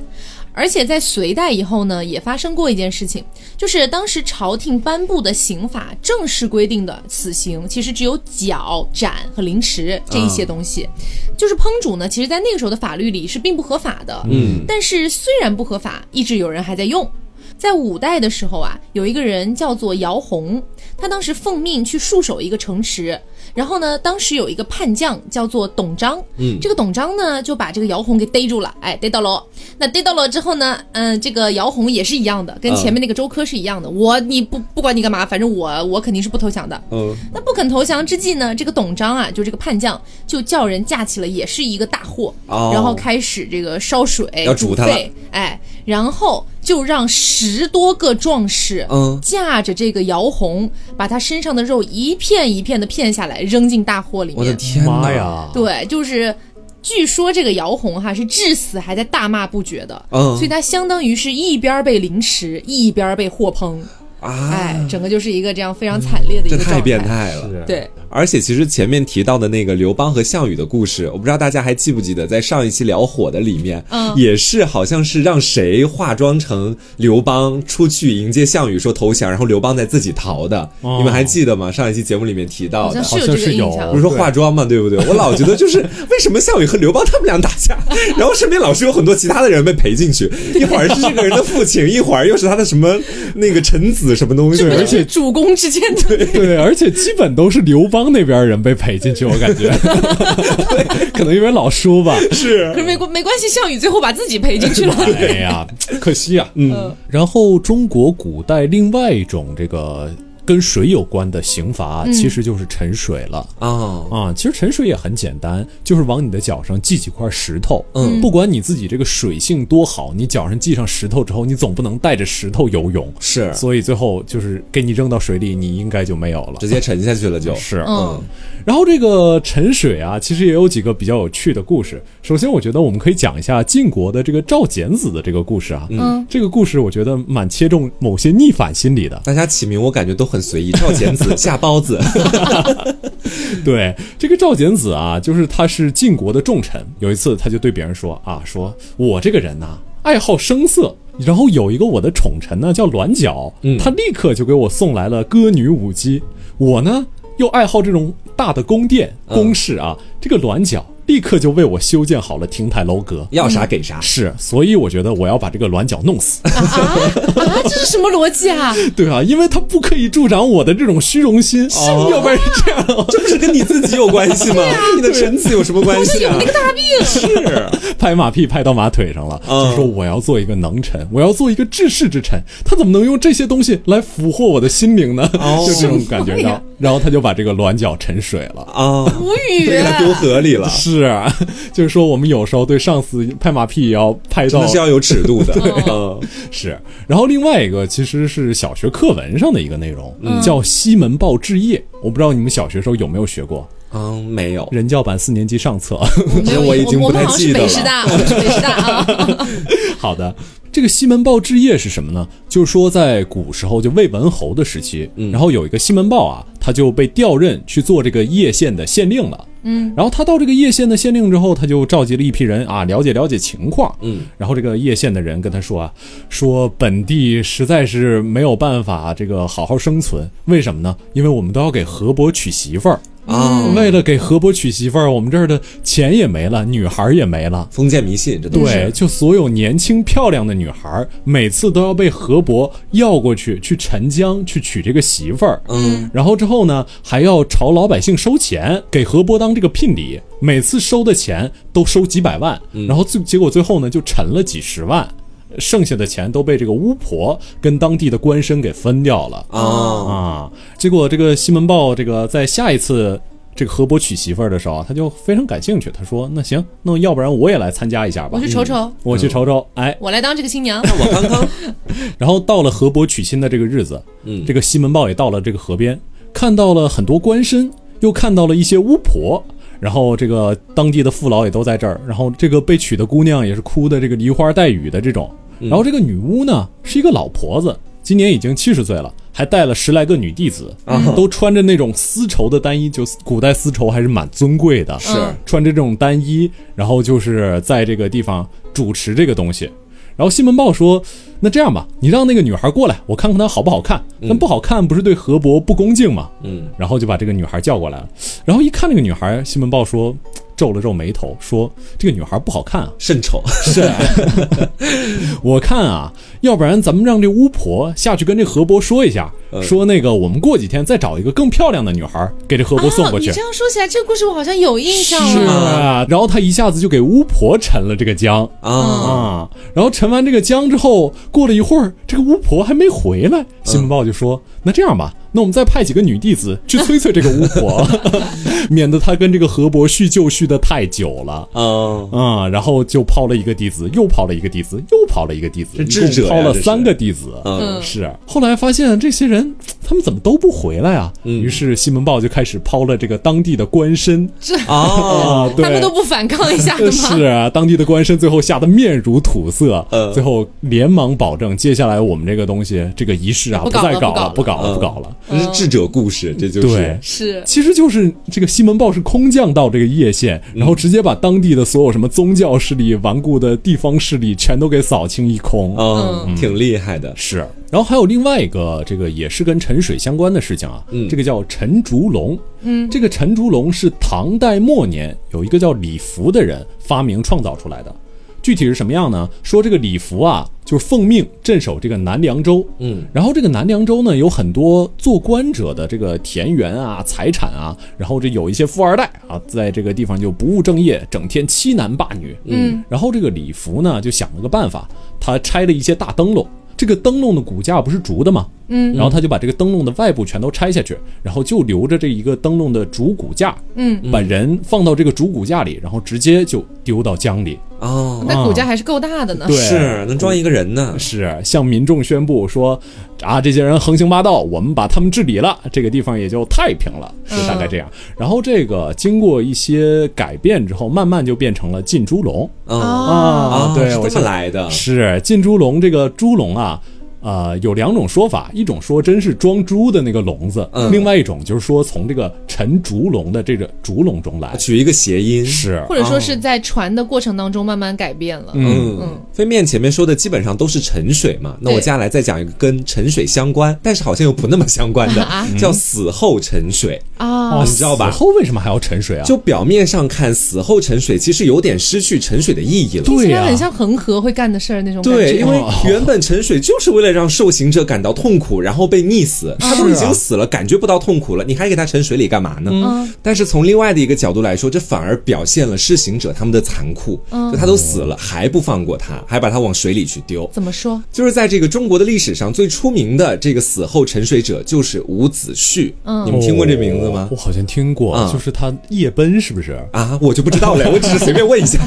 S2: 而且在隋代以后呢，也发生过一件事情，就是当时朝廷颁布的刑法正式规定的死刑，其实只有绞、斩和凌迟这一些东西。就是烹煮呢，其实在那个时候的法律里是并不合法的。
S3: 嗯，
S2: 但是虽然不合法，一直有人还在用。在五代的时候啊，有一个人叫做姚洪，他当时奉命去戍守一个城池，然后呢，当时有一个叛将叫做董璋，嗯，这个董璋呢就把这个姚洪给逮住了，哎，逮到喽。那逮到了之后呢，嗯，这个姚洪也是一样的，跟
S3: 嗯
S2: 前面那个周科是一样的，我你不不管你干嘛，反正我我肯定是不投降的，
S3: 嗯，
S2: 那不肯投降之际呢，这个董璋啊，就这个叛将，就叫人架起了也是一个大货，
S3: 哦
S2: 然后开始这个烧水
S3: 要煮它了
S2: 沸，哎，然后就让十多个壮士，
S3: 嗯
S2: 架着这个姚红，把他身上的肉一片一片的片下来，扔进大货里
S3: 我的
S2: 面。
S3: 天
S1: 妈
S3: 哪！
S1: 呀，
S2: 对，就是。据说这个姚红啊哈是至死还在大骂不绝的，
S3: 嗯
S2: 所以他相当于是一边被凌迟，一边被获烹，
S3: 啊，
S2: 哎，整个就是一个这样非常惨烈的一
S3: 这
S2: 个状态。
S3: 太变态了。
S1: 是，
S2: 对，
S3: 而且其实前面提到的那个刘邦和项羽的故事，我不知道大家还记不记得，在上一期聊火的里面，
S2: 嗯
S3: 也是好像是让谁化妆成刘邦出去迎接项羽说投降，然后刘邦再自己逃的，
S1: 哦
S3: 你们还记得吗？上一期节目里面提到
S2: 好
S3: 的
S2: 像。
S1: 好
S2: 是有
S1: 像
S2: 这个
S1: 是有
S2: 印象
S1: 不
S3: 不。是说化妆嘛，对不对？我老觉得就是 为什么项羽和刘邦他们俩打 架，然后身边老是有很多其他的人被陪进去，一会儿是这个人的父亲，一会儿又是他的什么那个臣子什么东西，
S1: 而且
S2: 主公之间的
S1: 对，而且基本都是刘邦那边人被陪进去，我感觉， 可能因为老叔吧。
S3: 是
S2: 可是没关没关系，项羽最后把自己赔进去了。
S1: 哎呀，可惜啊。
S2: 嗯
S3: 嗯，
S1: 然后中国古代另外一种这个跟水有关的刑罚，其实就是沉水了。
S3: 哦，
S1: 啊，其实沉水也很简单，就是往你的脚上系几块石头。
S3: 嗯
S1: 不管你自己这个水性多好，你脚上系上石头之后，你总不能带着石头游泳。
S3: 是
S1: 所以最后就是给你扔到水里，你应该就没有了
S3: 直。接沉下去了就，
S1: 是，
S2: 嗯，
S1: 然后这个沉水啊，其实也有几个比较有趣的故事。首先，我觉得我们可以讲一下晋国的这个赵简子的这个故事啊。
S2: 嗯，
S1: 这个故事我觉得蛮切中某些逆反心理的。
S3: 大家起名我感觉都很随意，赵简 子、夏包子，
S1: 对，这个赵简子啊，就是他是晋国的重臣。有一次，他就对别人说啊，说我这个人呐、爱好声色。然后有一个我的宠臣呢，叫栾角，他立刻就给我送来了歌女舞姬。我呢，又爱好这种大的宫殿宫室啊。这个栾角立刻就为我修建好了亭台楼阁。
S3: 要啥给啥。
S1: 是，所以我觉得我要把这个卵角弄死，
S2: 啊，这是什么逻辑 啊？
S1: 对啊，因为它不可以助长我的这种虚荣心，要不然是这样。
S3: 这不是跟你自己有关 系吗？跟你的身子有什么关系啊？
S2: 大病
S3: 是，
S1: 拍马屁拍到马腿上了，
S3: 嗯
S1: 就是说我要做一个能臣，我要做一个治世之臣，他怎么能用这些东西来俘获我的心灵呢？
S3: 哦
S1: 就这种感觉
S2: 什么
S1: 到
S2: 呀，
S1: 然后他就把这个卵角沉水了。
S3: 啊，
S2: 无语
S3: 对，给他丢河里了，
S1: 是啊，就是说我们有时候对上司拍马屁也要拍
S3: 真
S1: 到
S3: 的是要有尺度的。啊嗯，
S1: 是，然后另外一个其实是小学课文上的一个内容，叫《西门豹之夜》，我不知道你们小学时候有没有学过
S3: 嗯，没有。
S1: 人教版四年级上册。
S2: 没有
S3: 我已经
S2: 我
S3: 不
S2: 们好
S3: 太
S2: 像
S3: 记
S2: 是
S3: 得
S2: 北师
S3: 了
S2: 大，我们是北师大啊。
S1: 好的，这个西门豹之夜是什么呢？就是说，在古时候，就魏文侯的时期，然后有一个西门豹啊，他就被调任去做这个叶县的县令了。嗯，然后他到这个叶县的县令之后，他就召集了一批人啊，了解了解情况。嗯，然后这个叶县的人跟他说啊，说本地实在是没有办法这个好好生存，为什么呢？因为我们都要给河伯娶媳妇儿。
S3: 啊，
S1: 为了给河伯娶媳妇儿，我们这儿的钱也没了，女孩儿也没了，
S3: 封建迷信，这都
S1: 对，
S3: 是。
S1: 就所有年轻漂亮的女孩儿，每次都要被河伯要过去去陈江去娶这个媳妇儿。
S3: 嗯，
S1: 然后之后呢，还要朝老百姓收钱，给河伯当这个聘礼，每次收的钱都收几百万，
S3: 嗯
S1: 然后最结果最后呢就沉了几十万，剩下的钱都被这个巫婆跟当地的官绅给分掉了。
S3: 啊，
S1: 啊，结果这个西门豹这个在下一次这个河伯娶媳妇儿的时候，他就非常感兴趣。他说：“那行，那要不然我也来参加一下吧。”嗯
S2: 我去瞅瞅，
S1: 我去瞅瞅，哎，
S2: 我来当这个新 娘。
S3: 我刚刚
S1: 然后到了河伯娶亲的这个日子，嗯，这个西门豹也到了这个河边，看到了很多官绅，又看到了一些巫婆，然后这个当地的父老也都在这儿，然后这个被娶的姑娘也是哭的这个梨花带雨的这种，然后这个女巫呢是一个老婆子，今年已经七十岁了。还带了十来个女弟子，都穿着那种丝绸的单衣，就古代丝绸还是蛮尊贵的，
S3: 是
S2: 嗯
S1: 穿着这种单衣，然后就是在这个地方主持这个东西。然后西门豹说：“那这样吧，你让那个女孩过来，我看看她好不好看。那不好看，不是对河伯不恭敬吗？”
S3: 嗯，
S1: 然后就把这个女孩叫过来了。然后一看这个女孩，西门豹说，皱了皱眉头，说：“这个女孩不好看啊。”
S3: 甚丑，
S1: 是，我看啊，要不然咱们让这巫婆下去跟这河伯说一下，说那个我们过几天再找一个更漂亮的女孩给这河伯送
S2: 哦，
S1: 过去。
S2: 你这样说起来，这个故事我好像有印象
S1: 是
S2: 了。
S1: 啊，然后他一下子就给巫婆沉了这个江
S3: 啊，
S1: 啊。然后沉完这个江之后，过了一会儿，这个巫婆还没回来，新闻报就说：“那这样吧，那我们再派几个女弟子去催催这个巫婆， 免得她跟这个河伯叙旧叙得太久了。”
S3: 嗯，
S1: 啊、然后就抛了一个弟子，又抛了一个弟子，又抛了一个弟子，
S3: 这
S1: 一
S3: 智者
S1: 共
S3: 呀
S1: 抛了
S3: 这是
S1: 三个弟子。
S3: 嗯
S1: 是，后来发现这些人他们怎么都不回来啊？
S3: 嗯
S1: 于是西门豹就开始抛了这个当地的官绅
S3: 啊，
S1: 啊，对，
S2: 他们都不反抗一下的吗？
S1: 是啊，当地的官绅最后吓得面如土色，
S3: 嗯
S1: 最后连忙保证，接下来我们这个东西，这个仪式啊，
S2: 不搞
S1: 再
S2: 了
S1: 搞
S2: 不
S1: 不
S2: 搞
S1: 搞了，
S3: 嗯
S1: 不搞了。
S3: 这是智者故事，这就是啊
S1: 对
S2: 是
S1: 其实就是这个西门豹是空降到这个叶县，然后直接把当地的所有什么宗教势力、顽固的地方势力全都给扫清一空。
S3: 嗯，挺厉害的。
S1: 是，然后还有另外一个，这个也是跟沉水相关的事情啊，
S3: 嗯
S1: 这个叫陈竹龙，嗯，这个陈竹龙是唐代末年有一个叫李福的人发明创造出来的，具体是什么样呢？说这个李福啊，就是奉命镇守这个南凉州，
S3: 嗯，
S1: 然后这个南凉州呢，有很多做官者的这个田园啊、财产啊，然后这有一些富二代啊，在这个地方就不务正业，整天欺男霸女，嗯，然后这个李福呢就想了个办法，他拆了一些大灯笼。这个灯笼的骨架不是竹的吗？嗯，然后他就把这个灯笼的外部全都拆下去，然后就留着这一个灯笼的竹骨架，嗯，把人放到这个竹骨架里，然后直接就丢到江里。
S3: 哦，
S2: 那骨架还是够大的呢。
S1: 对，
S3: 是能装一个人呢。
S1: 是向民众宣布说，啊，这些人横行霸道，我们把他们治理了，这个地方也就太平了，是大概这样。然后这个经过一些改变之后，慢慢就变成了浸猪笼
S3: 嗯
S2: 啊
S1: 对，我
S3: 是这么
S1: 想
S3: 来的。
S1: 是浸猪笼这个猪笼啊。呃，有两种说法，一种说真是装猪的那个笼子，
S3: 嗯
S1: 另外一种就是说从这个陈竹笼的这个竹笼中来，
S3: 取一个谐音。
S1: 是
S2: 或者说是在传的过程当中慢慢改变了。
S3: 啊嗯，所以面前面说的基本上都是沉水嘛，那我
S2: 对
S3: 接下来再讲一个跟沉水相关，但是好像又不那么 相关的，
S1: 啊
S3: 叫死后沉水。
S1: 嗯
S2: 啊，
S3: 你知道吧
S1: 哦死后为什么还要沉水啊？
S3: 就表面上看，死后沉水其实有点失去沉水的意义了。
S1: 对
S2: 听起
S1: 呀、
S2: 来很像恒河会干的事儿那种感觉。哦
S3: 对，因为原本沉水就是为了让受刑者感到痛苦，然后被溺死。他都已经死了，感觉不到痛苦了，你还给他沉水里干嘛
S2: 嗯
S3: 呢？但是从另外的一个角度来说，这反而表现了施行者他们的残酷。就他都死了，还不放过他，还把他往水里去丢。
S2: 怎么说？
S3: 就是在这个中国的历史上最出名的这个死后沉水者就是伍子胥。
S1: 嗯
S3: 你们听过这名字
S1: 哦？
S3: 吗
S1: 我好像听过，
S3: 啊
S1: 就是他夜奔是不 是？
S3: 啊，我就不知道了，我只是随便问一下。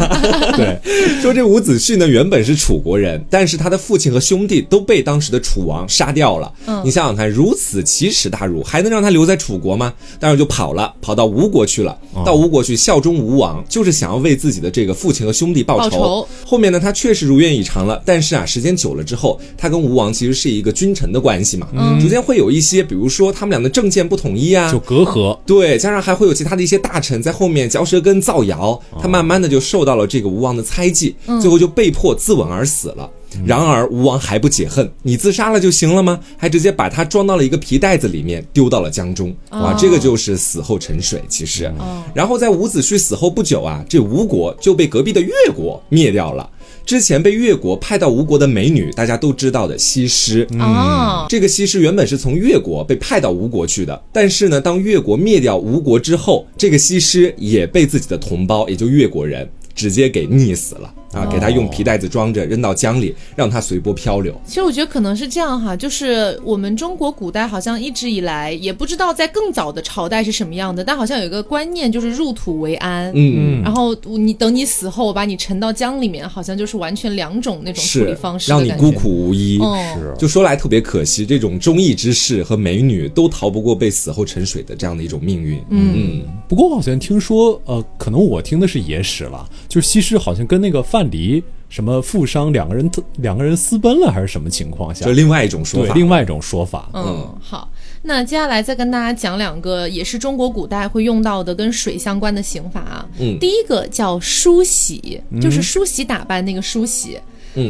S3: 对， 说这伍子胥呢，原本是楚国人，但是他的父亲和兄弟都被当时的楚王杀掉了。
S2: 嗯
S3: 你想想看，如此奇耻大辱，还能让他留在楚国吗？当然就跑了，跑到吴国去了。到吴国去效忠吴王，就是想要为自己的这个父亲和兄弟报
S2: 报
S3: 仇。
S2: 仇
S3: 后面呢，他确实如愿以偿了，但是啊，时间久了之后，他跟吴王其实是一个君臣的关系嘛，
S2: 嗯
S3: 逐渐会有一些，比如说他们俩的政见不统一啊，
S1: 就隔阂，
S3: 对，加上还会有其他的一些大臣在后面嚼舌根造谣，他慢慢的就受到了这个吴王的猜忌，最后就被迫自刎而死了。然而吴王还不解恨，你自杀了就行了吗？还直接把他装到了一个皮袋子里面，丢到了江中。哇，这个就是死后沉水。其实，然后在伍子胥死后不久啊，这吴国就被隔壁的越国灭掉了。之前被越国派到吴国的美女，大家都知道的西施，
S2: 啊，
S3: 这个西施原本是从越国被派到吴国去的，但是呢，当越国灭掉吴国之后，这个西施也被自己的同胞，也就越国人，直接给溺死了
S2: 哦
S3: 啊！给他用皮袋子装着，扔到江里，让他随波漂流。
S2: 其实我觉得可能是这样哈，就是我们中国古代好像一直以来也不知道在更早的朝代是什么样的，但好像有一个观念就是入土为安，
S3: 嗯，
S2: 然后你等你死后，我把你沉到江里面，好像就是完全两种那种处理
S3: 是
S2: 方式的
S3: 让你
S2: 感觉
S3: 孤苦无依。
S2: 嗯
S1: 是
S3: 就说来特别可惜，这种忠义之士和美女都逃不过被死后沉水的这样的一种命运。嗯，
S1: 不过我好像听说，呃，可能我听的是野史了，就是西施好像跟那个范蠡什么富商两个人两个人私奔了，还是什么情况下
S3: 就？另外一种说
S1: 对，
S3: 法。
S1: 另外一种说法，
S2: 嗯，好，那接下来再跟大家讲两个也是中国古代会用到的跟水相关的刑法啊。
S3: 嗯
S2: 第一个叫梳洗，
S1: 嗯
S2: 就是梳洗打扮那个梳洗。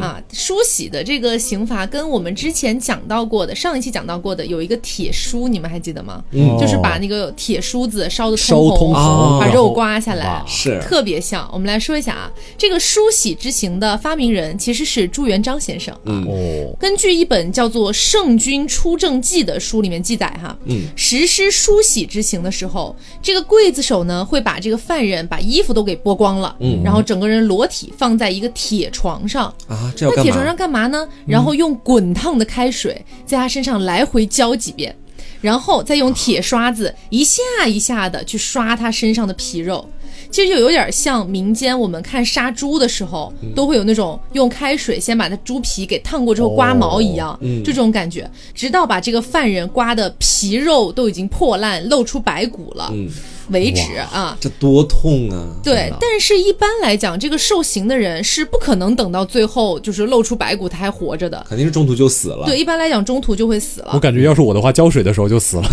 S2: 啊，梳洗的这个刑罚跟我们之前讲到过的，上一期讲到过的有一个铁梳，你们还记得吗？
S1: 嗯
S2: 就是把那个铁梳子烧的
S1: 烧通
S2: 红，
S1: 红，
S2: 把
S1: 然
S2: 肉
S1: 后
S2: 刮下来
S1: 哇。
S3: 是
S2: 特别像，我们来说一下啊，这个梳洗之刑的发明人其实是朱元璋先生啊，
S3: 嗯
S1: 哦，
S2: 根据一本叫做《圣君出政记》的书里面记载，哈，嗯，实施梳洗之刑的时候，这个刽子手呢会把这个犯人把衣服都给剥光了，嗯，然后整个人裸体放在一个铁床上。
S3: 啊，这要
S2: 那
S3: 干
S2: 铁床
S3: 嘛嗯
S2: 上？干嘛呢？然后用滚烫的开水在他身上来回浇几遍，然后再用铁刷子一下一下的去刷他身上的皮肉。其实就有点像民间我们看杀猪的时候，
S3: 嗯
S2: 都会有那种用开水先把它猪皮给烫过之后刮
S3: 哦
S2: 毛一样，
S3: 嗯
S2: 就这种感觉，直到把这个犯人刮的皮肉都已经破烂，露出白骨了、
S3: 嗯
S2: 为止啊。
S3: 这多痛啊！
S2: 对，但是一般来讲，这个受刑的人是不可能等到最后就是露出白骨他还活着的。
S1: 啊
S3: 肯定是中途就死了。
S2: 对，一般来讲中途就会死
S1: 我
S2: 了。
S1: 感觉要是我的话，浇水的时候就死了，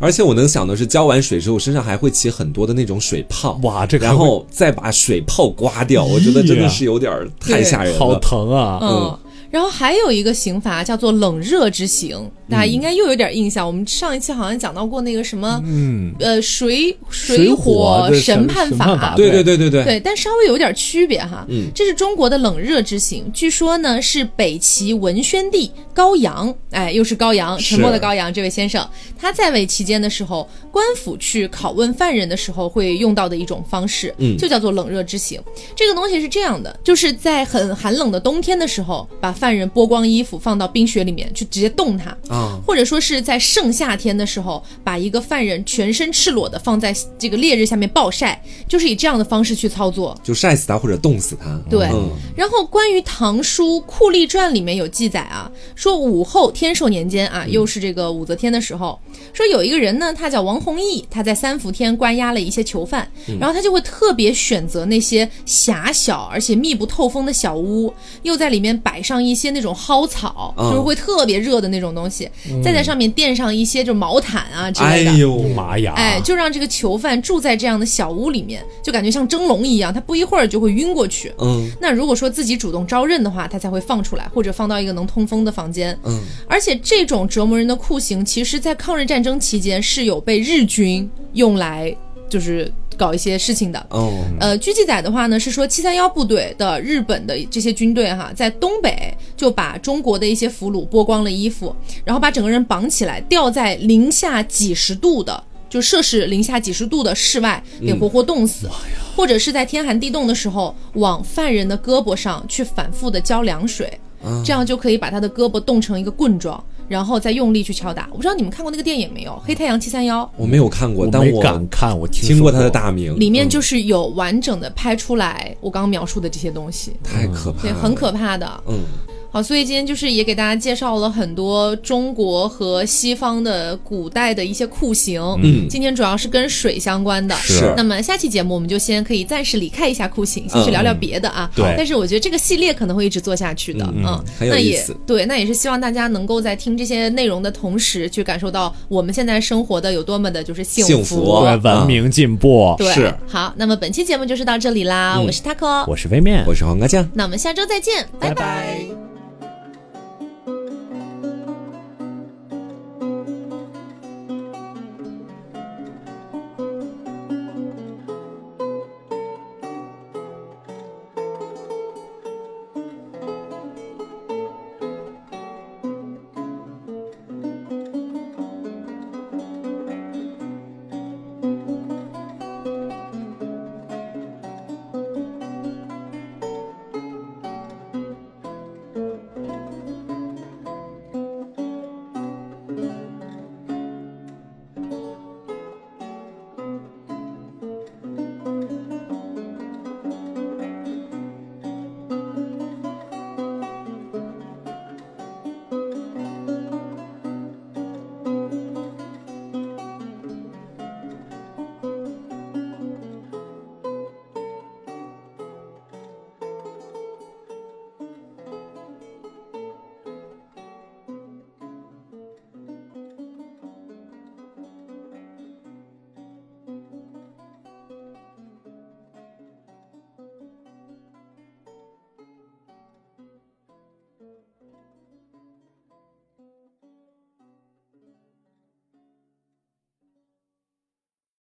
S3: 而且我能想到是浇完水之后，身上还会起很多的那种水泡，
S1: 哇这个
S3: 然后再把水泡刮掉，我 觉得真的是有点儿太吓人
S1: 好
S3: 了。
S1: 疼啊！
S2: 嗯，然后还有一个刑罚叫做冷热之刑，
S1: 嗯
S2: 大家应该又有点印象。我们上一期好像讲到过那个什么，嗯，呃，水
S1: 水火
S2: 火
S1: 的
S2: 审
S1: 审
S2: 判
S1: 审
S2: 法，
S1: 判法
S3: 对对对对对，
S2: 对，但稍微有点区别哈。嗯，这是中国的冷热之刑，据说呢是北齐文宣帝高阳，哎，又是高阳，沉默的高阳这位先生，他在位期间的时候，官府去拷问犯人的时候会用到的一种方式，嗯，就叫做冷热之刑。这个东西是这样的，就是在很寒冷的冬天的时候，把犯人剥光衣服放到冰雪里面去直接冻他，
S3: 啊，
S2: 或者说是在盛夏天的时候，把一个犯人全身赤裸的放在这个烈日下面暴晒，就是以这样的方式去操作。
S3: 就晒死他或者冻死他。
S2: 对，
S3: 嗯
S2: 然后关于《唐书·酷吏传》里面有记载啊，说武后天寿年间
S3: 嗯
S2: 啊，又是这个武则天的时候，说有一个人呢，他叫王弘毅，他在三伏天关押了一些囚犯，
S3: 嗯
S2: 然后他就会特别选择那些狭小而且密不透风的小屋，又在里面摆上一一些那种蒿草，
S3: 嗯
S2: 就是会特别热的那种东西，再在上面垫上一些就毛毯啊之
S3: 哎
S2: 类的。
S3: 呦妈！
S1: 妈呀！
S2: 哎，就让这个囚犯住在这样的小屋里面，就感觉像蒸笼一样，他不一会儿就会晕过去。
S3: 嗯
S2: 那如果说自己主动招认的话，他才会放出来，或者放到一个能通风的房间。
S3: 嗯，
S2: 而且这种折磨人的酷刑，其实在抗日战争期间是有被日军用来就是搞一些事情的。
S3: 哦，
S2: 呃，据记载的话呢，是说七三幺部队的日本的这些军队哈，在东北就把中国的一些俘虏剥光了衣服，然后把整个人绑起来，吊在零下几十度的。就摄氏零下几十度的室外给活活冻死，或者是在天寒地冻的时候，往犯人的胳膊上去反复的浇凉水，这样就可以把他的胳膊冻成一个棍状，然后再用力去敲打。我不知道你们看过那个电影没有，《黑太阳七三幺》。
S3: 我没有看过，
S1: 我
S3: 但
S1: 没
S3: 我
S1: 敢看，我听
S3: 听
S1: 说
S3: 过
S1: 过
S3: 他的，大名，
S2: 里面就是有完整的拍出来我刚刚描述的这些东西，
S3: 太可怕
S2: 对，
S3: 了，
S2: 很可怕的。
S3: 嗯
S2: 好，所以今天就是也给大家介绍了很多中国和西方的古代的一些酷刑。
S3: 嗯
S2: 今天主要是跟水相关的。
S3: 是嗯
S2: 那么下期节目我们就先可以暂时离开一下酷刑，先去聊聊别的啊。
S1: 嗯对
S2: 但是我觉得这个系列可能会一直做下去的。
S3: 嗯
S2: 嗯，
S3: 很有
S2: 那
S3: 意
S2: 也
S3: 思
S2: 对，那也是希望大家能够在听这些内容的同时，去感受到我们现在生活的有多么的就是幸
S3: 幸福啊
S1: 对文明进步，
S2: 对，
S3: 是
S2: 好，那么本期节嗯目就是到这里啦，我是 Taco，
S1: 我是微面，
S3: 我是黄瓜酱，
S2: 那我们下周再见，拜拜
S3: 拜